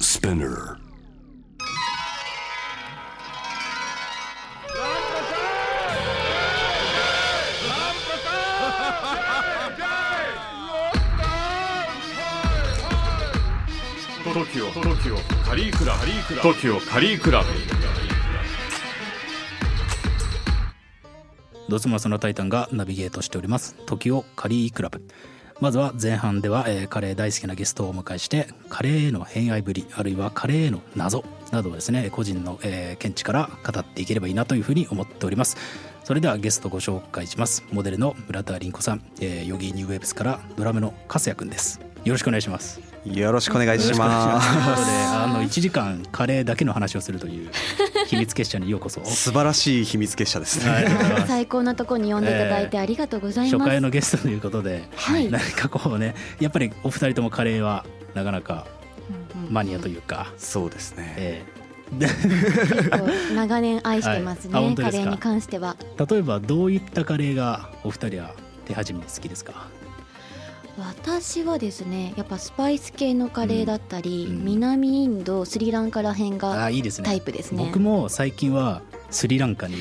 Spinner. 時を時をカリークラカリークラ時をカリークラドツムラスのタイタンがナビゲートしております時をカリークラブまずは前半では、えーカレー大好きなゲストをお迎えしてカレーへの偏愛ぶりあるいはカレーへの謎などをですね個人の、えー見地から語っていければいいなというふうに思っておりますそれではゲストご紹介しますモデルの村田凛子さん、えー、ヨギーニューウェーブスからドラムの粕谷くんですよろしくお願いしますよろしくお願いしよろま。しくお願い しますすということであの1時間カレーだけの話をすると いう秘密結社にようこそ素晴らしい秘密結社ですね。はい最高なとこに呼んでいただいてありがとうござい初ます。回のゲストということで、はいなんかこうねやっぱりお二人ともカレーはなかなかマニアというか、そうですね。え結構長年愛してますね、はいあ本当でカすかレーに関してはー例えばどういったカレーがお二人は手始めに好きですか、私はですねやっぱスパイス系のカレーだったり、うん南インドスリランカら辺ああがいいですねタイプですね僕も最近はスリランカに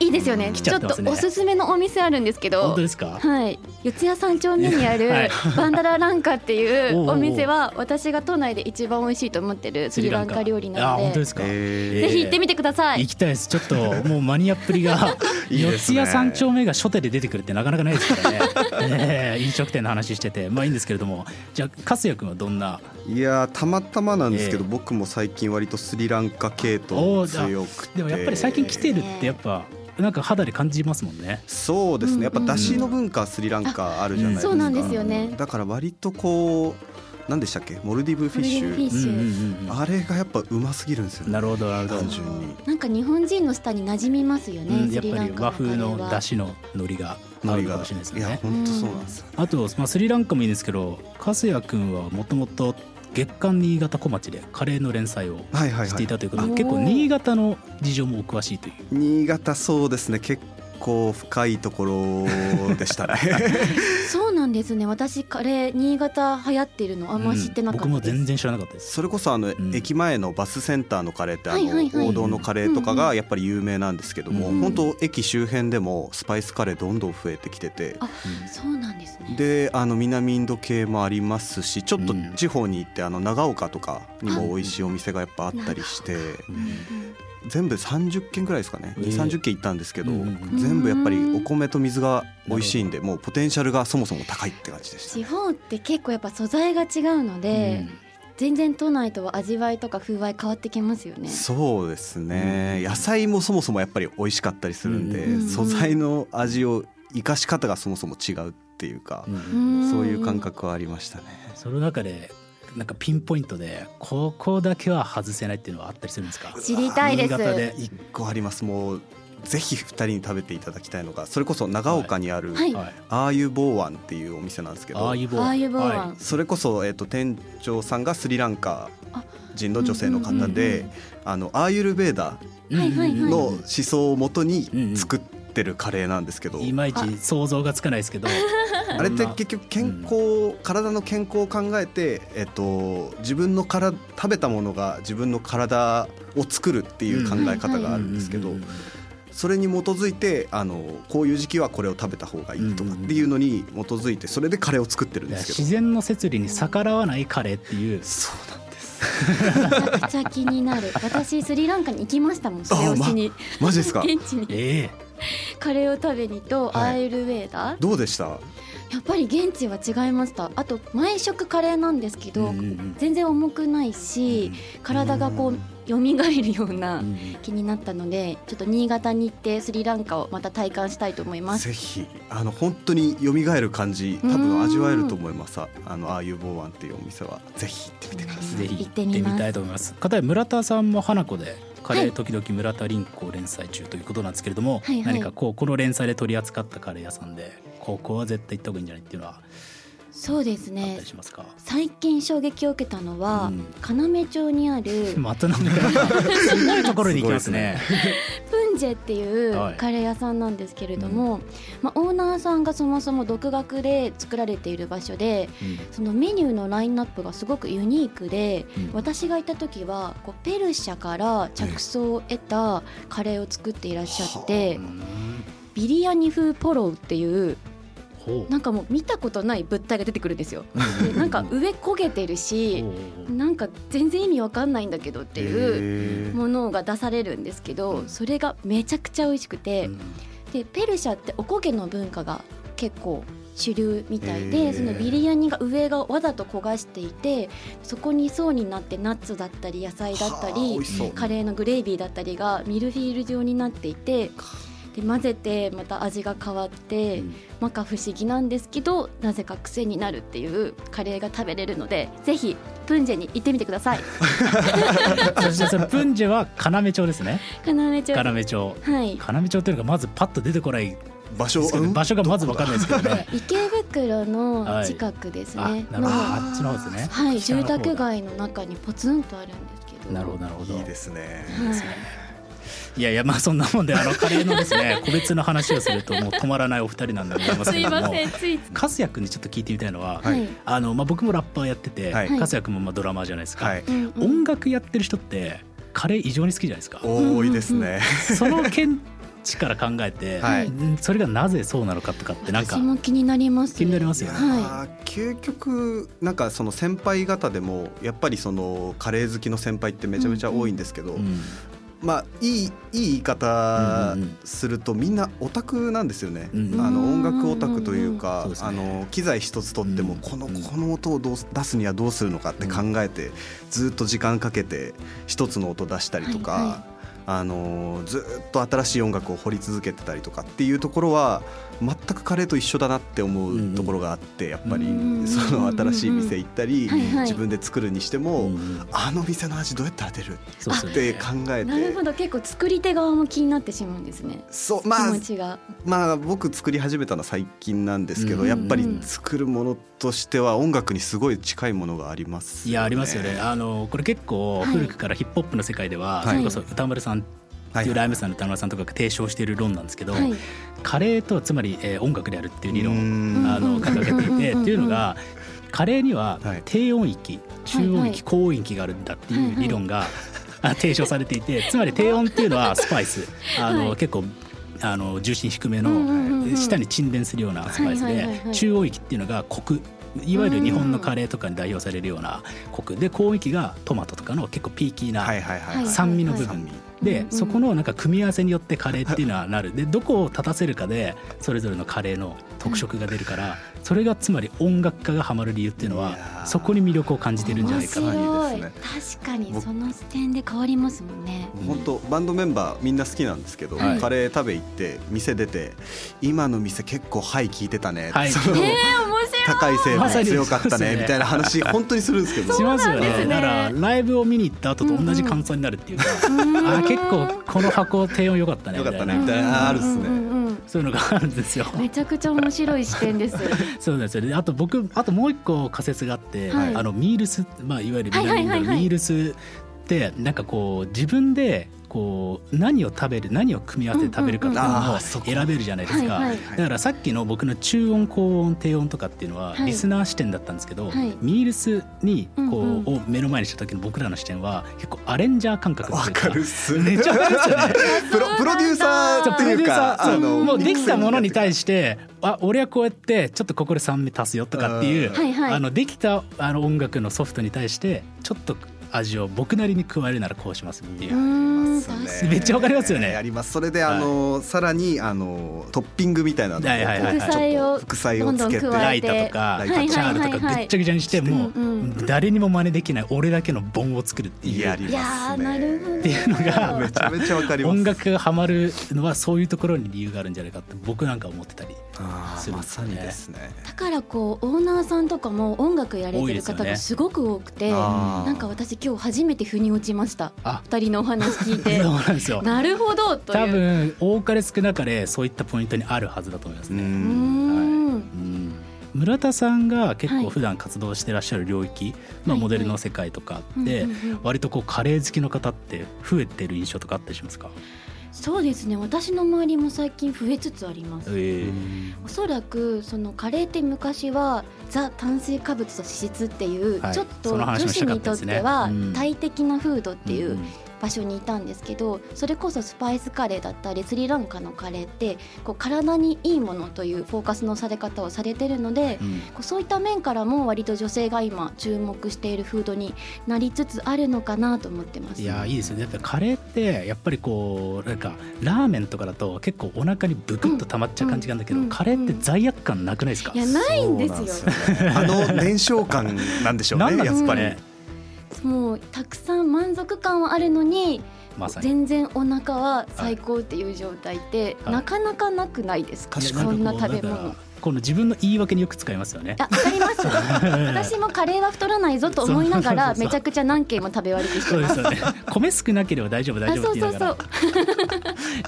いいですよね、うん来ちちゃょっってますとねおすすめのお店あるんですけ本ど当ですかはい四谷三丁目にあるはいバンダラランカっていおうおううお店は私が都内で一番美味しいと思ってる スリランカ料理なあ本の当でですか、えぜひ行ってみてください、行きたいですちょっともうマニアっぷり がいいで四すね谷三丁目が初手で出てくるってなかなかないですからね、ええ飲食店の話しててまあいいんですけれどもじゃあ粕谷君はどんないやーたまたまなんですけど、え僕も最近割とスリランカ系統強くて。でもやっぱり最近来てるってやっぱなんか肌で感じますもんね。そうですね。やっぱうんうん出汁の文化はスリランカあるじゃないですそか。うなんですよねだから割とこうなんでしたっけモルディブフィッシモルディブフィッュ。シュあれがやっぱうますぎるんですよなね。るほどなるほど単。純になんか日本人の舌に馴染みますよね、うんスやっリぱラりンカ和風カレーのは出汁の海苔が合うのかもしれないですいよやね。本当そうなんですよ。あと、まあ、スリランカもいいんですけど粕谷君はもともと月刊新潟小町でカレーの連載をはいはいしはていい。たということで、はいはい結構新潟の事情もお詳しいという。新潟そうですね結構深いところで したね。そうなんですね私カレー新潟流行ってるのあんま知ってなかったうん僕もです、全然知らなかったです。それこそあの、ん駅前のバスセンターのカレーってあの、はいはいはい王道のカレーとかがやっぱり有名なんですけども、うん本当駅周辺でもスパイスカレーどんどん増えてきててあそうなんですねであの南インド系もありますしちょっとうん地方に行ってあの長岡とかにも美味しいお店がやっぱあったりして、うん全部30軒ぐらいですかね、ええ2 3 0軒行ったんですけど、うんうんうん全部やっぱりお米と水が美味しいんでもうポテンシャルがそもそも高いって感じでした地。方って結構やっぱ素材が違うので、全然都内とは味わいとか風合い変わってきますよねそうですね、野菜もそもそもやっぱり美味しかったりするんで、うんうん素材の味を生かし方がそもそも違うっていうかう、んんそういう感覚はありましたね。その中でなんかピンポイントでここだけは外せないっていうのはあったりするんですか知りたいです新潟で一個ありますもうぜひ2人に食べていただきたいのがそれこそ長岡にある、はいはい、アーユボーワンっていうお店なんですけどああいう棒ああいう棒は、はそれこそ、えっと店長さんがスリランカ人の女性の方で、あのアーユルベーダいはいはいはいうんうんの思想をもとうんうにん作ってるカレーなんですけど、いまいち想像がつかないですけどあれって結局健康、体の健康を考えて、えっと、自分のから食べたものが自分の体を作るっていう考え方があるんですけど、うんうんうんそれに基づいてあのこういう時期はこれを食べた方がいいとかっていうのに基づいてそれでカレーを作ってるんいやですけど、自然の摂理に逆らわないカレーっていうそうなんですめちゃくちゃ気になる私スリランカに行きましたもんそれをしに、マジですか現地にええカレーを食べにとアはいーユルウェーダー、どうでしたやっぱり現地は違いましたあと毎食カレーなんですけど、うんうんうん全然重くないし、体がこう蘇るようなうんうん気になったのでちょっと新潟に行ってスリランカをまた体感したいと思いますぜひあの本当に蘇る感じ多分味わえると思いますああのああいうボーワンっていうお店はぜひ行ってみてくださいぜひ行行っっててみみますたいと思います。かたや村田さんも花子でカレはーい時々村田凛子を連載中ということなんですけれども、はいはい何かこうこの連載で取り扱ったカレー屋さんでここは絶対行った方がいいんじゃないっていうのはそうですあっねたりしますか、最近衝撃を受けたのは、うん要町にあるまたなんかすごいところに行きますね。プンジェっていうはいカレー屋さんなんですけれども、まあ、オーナーさんがそもそも独学で作られている場所でそのメニューのラインナップがすごくユニークで、うん私がいた時はこうペルシャから着想を得たカレーを作っていらっしゃって、うんビリヤニ風ポロウっていうほうなんかもう見たことない物体が出てくるんですよ。でなんか上焦げてるしほうなんか全然意味わかんないんだけどっていうへーものが出されるんですけどそれがめちゃくちゃ美味しくて、うんでペルシャっておこげの文化が結構主流みたいへでーそのビリヤニが上がわざと焦がしていてそこに層になってナッツだったり野菜だっはたあ美り味しそうカレーのグレービーだったりがミルフィール状になっていてで混ぜてまた味が変わって、うんまか不思議なんですけどなぜか癖になるっていうカレーが食べれるのでぜひプンジェに行ってみてく ださい。そしてそのプンジェは要町ですね。かなめちゃん要町。はい要町というのがまずパッと出てこない場所ですけど、うん場所がまずわかんないですけどね。池袋の近くですね、あ、なるほど。のあっちの方ですね。はい、北の方住だ宅。街の中にポツンとあるんですけど。なるほどなるほど。いいですねはい。いやいやまあそんなもんであ のカレーのですね個別の話をするともう止まらないお二人なんでございますすけいどもません、つい。カスヤ君にちょっと聞いてみたいのは、はい。あのまあ、僕もラッパーやってて、はいカスヤ君もまあドラマーじゃないですか、はいうんうん音楽やってる人ってカレー異常に好きじゃないですか多いですねその見地から考えて、はいうんそれがなぜそうなのかとかってなんか私も気になります。気になりますよねはあー究極なんかその先輩方でもやっぱりそのカレー好きの先輩ってめちゃめちゃ多いんですけど、うんまあいいいい言い方うんうんうんするとみんなオタクなんですよね、うんあの音楽オタクというか、うんそうあですねの機材一つとってもうんこのうんこの音をどうす出すにはどうするのかって考えてずっと時間かけて一つの音出したりとか。はいはいあのずっと新しい音楽を掘り続けてたりとかっていうところは全くカレーと一緒だなって思うところがあってやっぱりうんその新しい店行ったりはいはい自分で作るにしてうもんあの店の味どうやったら出るそうですよねって考えてい。なるほど、結構作り手側も気になってしまうんですね。そう気まあ持ちが。まあ僕作り始めたのは最近なんですけど、うんやっぱり作るものとしては音楽にすごい近いものがあります、いやありますよね。あのこれ結構はい古くからヒップホップの世界では、はいそれこそ歌丸さんってはいいうライムさんの歌丸さんとかが提唱している論なんですけど、はい。カレーとはつまり、えー音楽であるっていう理う論をんあの掲げていてうんっていうの がカレーにははい低音域中は音いはい域高音域があるんだってはいいうはい理論があ提唱されていてつまり低音っていうのはスパイスあの、 はい結構あの重心低めうんのうんうんうん下に沈殿するようなスパイスはいはでいはいはい中音域っていうのがコクいわゆる日本のカレーとかに代表されるようなコクで高音域がトマトとかの結構ピーキーはないはいはい、はい酸味の部酸分味うんでうんそこのなんか組み合わせによってカレーっていうのはなるでどこを立たせるかでそれぞれのカレーの特色が出るからそれがつまり音楽家がハマる理由っていうのいやはーそこに魅力を感じてるんじゃないかな。面白いいいですね確かにその視点で変わりますもんね。本当バンドメンバーみんな好きなんですけど、はいカレー食べ行って店出て今の店結構はい聞いてたね、はい そのええー、面白い。高い成ま分さに強かったそうですねねみたいな話本当にするんですけどしますよそうなんでねすねだからライブを見に行った後と同じ感想になるっていうか、あー結構この箱低音良かったねよみかたっいたなねみたいなあるっすうねんうんうんそういうのがあるんですよ。めちゃくちゃ面白い視点です。そうなんですよね。あと僕あともう一個仮説があって、はいあのミールスまあいわゆる南インドはいはいのはいはいミールスってなんかこう自分でこう何を食べる何を組み合わせて食べるかっていううんうんのあをーそこ選べるじゃないではすいか。はい。はいだからさっきの僕の中音高音低音とかっていうのははいリスナー視点だったんですけど、はいミールスにこう、うんうを目の前にした時の僕らの視点は結構アレンジャー感覚わっていかうるっすめちゃくちゃですよね。 プロプロデューサーっていうかそうあのもうできたものに対してあ俺はこうやってちょっとここで酸味足すよとかっていう、うんはいはいあのできたあの音楽のソフトに対してちょっと味を僕なりに加えるならこうしますっていうう。ん、そう確ねかめっちゃわかりますよねやります。それであの、さらにあのトッピングみたいなのをはいはいはいはいちょっと副副菜菜ををつけてどんどん加ラえイてタとかライチタとかャールとかぐっちゃぐちゃにしてもうんう誰にも真似できない俺だけの盆を作るっていうやっりいやますーね。なるほど。ていうのめがちゃめちゃわかります。音楽がハマるのはそういうところに理由があるんじゃないかって僕なんか思ってたりあするーんまですさよねにですね。だからこうオーナーさんとかも音楽やられ多いてでるすよ方ねがすごく多くてあーなんか私今日初めて腑に落ちましたあ二人のお話聞そいう てなんですよなるほどという多分多かれ少なかれそういったポイントにあるはずだと思いますうね。うーん。ん、うん村田さんが結はい構普段活動してらっしゃる領域、まあ、はいモデルの世界とかあって、うんうんうん割とこうカレー好きの方って増えてる印象とかあったりしますか、そうですね私の周りも最近増えつつあります、おそらくそのカレーって昔はザ炭水化物と脂質っていう、はいちょっとその話女もした子かっにたでとっすねてはうん大敵なフードっていううん場所にいたんですけどそれこそスパイスカレーだったりスリランカのカレーってこう体にいいものというフォーカスのされ方をされてるのでうんこうそういった面からも割と女性が今注目しているフードになりつつあるのかなと思ってます。いやーいいですよねやっぱりカレーってやっぱりこうなんかラーメンとかだと結構お腹にブクッと溜まっちゃう感じなんだけど、うんうんカレーって罪悪感なくないですか、いやないんですよそうなんですよねあの燃焼感なんでしょうなねんなんやですっかぱねり、もうたくさん満足感はあるのにまさに全然お腹は最高っていう状態って、はいなかなかなくないですか、確かにそんなこう食べだから物この自分の言い訳によく使いますよねあわかりま す私もカレーは太らないぞと思いながそうらそうそうそうめちゃくちゃ何軒も食べ割りしてそうでますすよね米少なければ大丈夫大丈夫って言いながらあ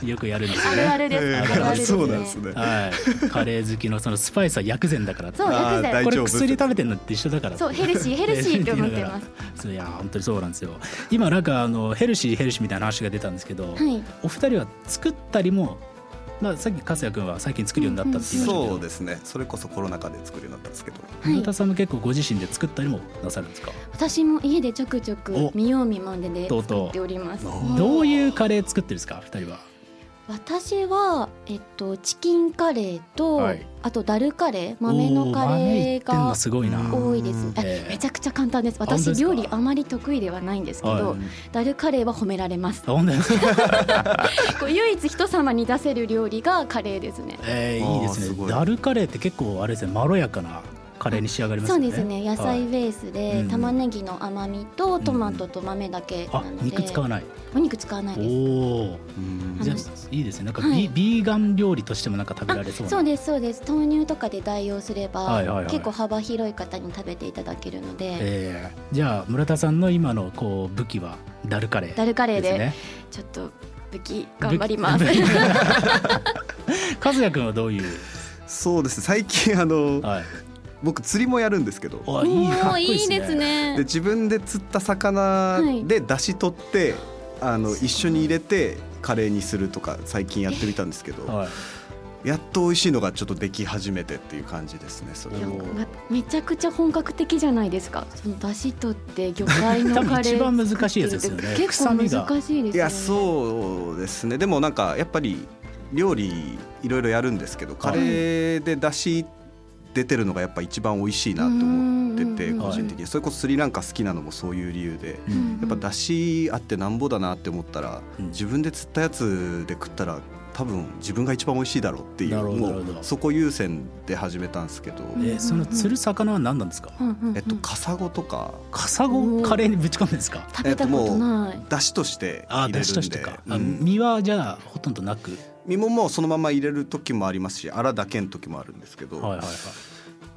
よくやるんですよあねるあるです、えあーるあるです、ね、そうなんですねはい、カレー好きのそのスパイスは薬膳だからってそうあ薬ー膳大これ丈夫薬食べてるのって一緒だからそうヘルシーヘルシーって思ってますすいや本当にそうなんですよ今なんかあのヘルシーヘルシーみたいな話が出たんですけど、はいお二人は作ったりも、まあ、さっき粕谷君は最近作るようになったって言いましたけど、そうですねそれこそコロナ禍で作るようになったんですけどはい村田さんも結構ご自身で作ったりもなさるんですか、私も家でちょくちょくお見よう見まねでと作うとうっておりますどうういうカレー作ってるんですか二人は私は、えっと、チキンカレーと、はいあとダルカレー豆のカレーお豆いってんのがすごいな、多いです、あええめちゃくちゃ簡単です本当です私か料理あまり得意ではないんですけはいどダルカレーは褒められますあ本当ですかこう唯一人様に出せる料理がカレーですねえーいいですねあーすごいダルカレーって結構あれですねまろやかなカレーに仕上がりますそようねですね野菜ベースで、はいうん玉ねぎの甘みとトマトと豆だけなあので、肉使わないお肉使わないおですおあのじゃ全あ部いいですねなんかビ,、はいビーガン料理としてもなんか食べられそうなそうですそうです豆乳とかで代用すれば、はいはいはい結構幅広い方に食べていただけるので、えーじゃあ村田さんの今のこう武器はダルカレーダルカレーですでねちょっと武器頑張ります武器 和也君はどういう、そうですね最近あのはい、僕釣りもやるんですけどおいいかっもこういいいいでですすねねで自分で釣った魚はいで出汁取って、あの一緒に入れてカレーにするとか最近やってみたんですけど、はい、やっと美味しいのがちょっとでき始めてっていう感じですねそれいやをおまめちゃくちゃ本格的じゃないですか。その出汁取って魚介の多カ分レー一番難しいやつですよね結構臭みが難しいですよね。いやそうですねでもなんかやっぱり料理いろいろやるんですけどカレーで出汁出てるのがやっぱ一番美味しいなと思っててうんうんうん個人的にそれこそスリランカ好きなのもそういう理由でううんんやっぱ出汁あってなんぼだなって思ったら、うん自分で釣ったやつで食ったら多分自分が一番美味しいだろうっていうなるほどなるほどもうそこ優先で始めたんですけど、うんえーその釣る魚は何なんですかうんうんうんえっとカサゴとかカサゴをカレーにぶち込んでんですか食べたことない。出汁としてあー入れ出る汁とんしてでか、うんあ身はじゃあほとんどなく身ももうそのまま入れる時もありますしアラだけの時もあるんですけはど、いはいはい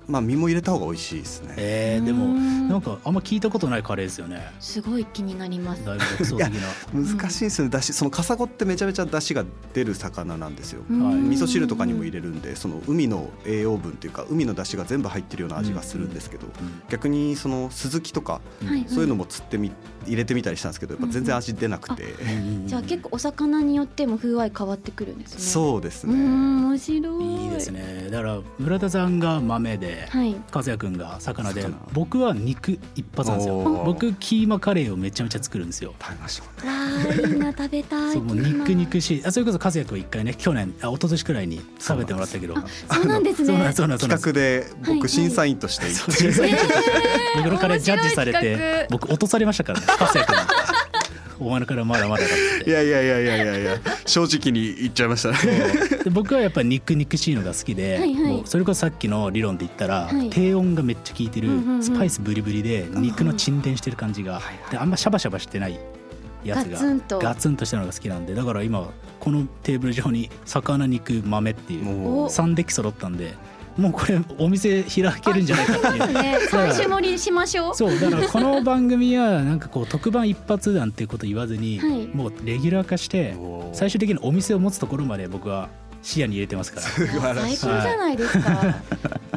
まあ身も入れた方が美味しいですね、えー、でうーもんなんかあんま聞いたことないカレーですよねすごい気になります。だいぶ独創的な難しいですよね出汁そのカサゴってめちゃめちゃ出汁が出る魚なんですよ、うんはい味噌汁とかにも入れるんでその海の栄養分というか海の出汁が全部入ってるような味がするんですけど、うん逆にそのスズキとかはいそういうのも釣ってみ入れてみたりしたんですけどやっぱ全然味出なくて、うんじゃあ結構お魚によっても風合い変わってくるんですね。そうですうーねん面白い。いいです。ねだから村田さんが豆で、はい。和也くんが魚で魚僕は肉一発なんですよおー僕キーマカレーをめちゃめちゃ作るんですよ食べましょうねわあいいな食べたい。そうもう気にな肉る肉しいあそれこそ和也くん一回ね去年あ一昨年くらいに食べてもらったけどそうなんですそうなんねです。そうなんですそうなん企です画ではいは僕い審査員として そう行審査員えー僕のカレー面ジャ白いッジされて企僕落とされましたからね和也 くんにお前のカレーまだまだだっっていてやいやいやいやいやいや正直に言っちゃいましたねで僕はやっぱり肉肉しいのが好きで、はいはいもうそれこそさっきの理論で言ったら、はい低温がめっちゃ効いてる、うんうんうんスパイスブリブリで肉の沈殿してる感じが、であんまシャバシャバしてないやつがガツンとガツンとしたのが好きなんでだから今このテーブル上に魚肉豆っていうもおう3デッキ揃ったんでもうこれお店開けるんじゃないかっていう。ね三種盛りしましょう。そうだからこの番組はなんかこう特番一発なんていうこと言わずに、はいもうレギュラー化して最終的にお店を持つところまで僕は視野に入れてますから最高じゃないですか。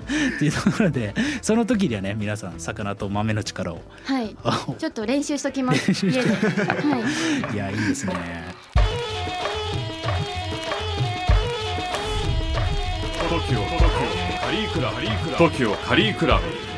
っていうところでその時にはね皆さん魚と豆の力をはいあおちょっと練習しときます家で、はい、いやいいですねトキオカリークラブ TOKIO カリークラブ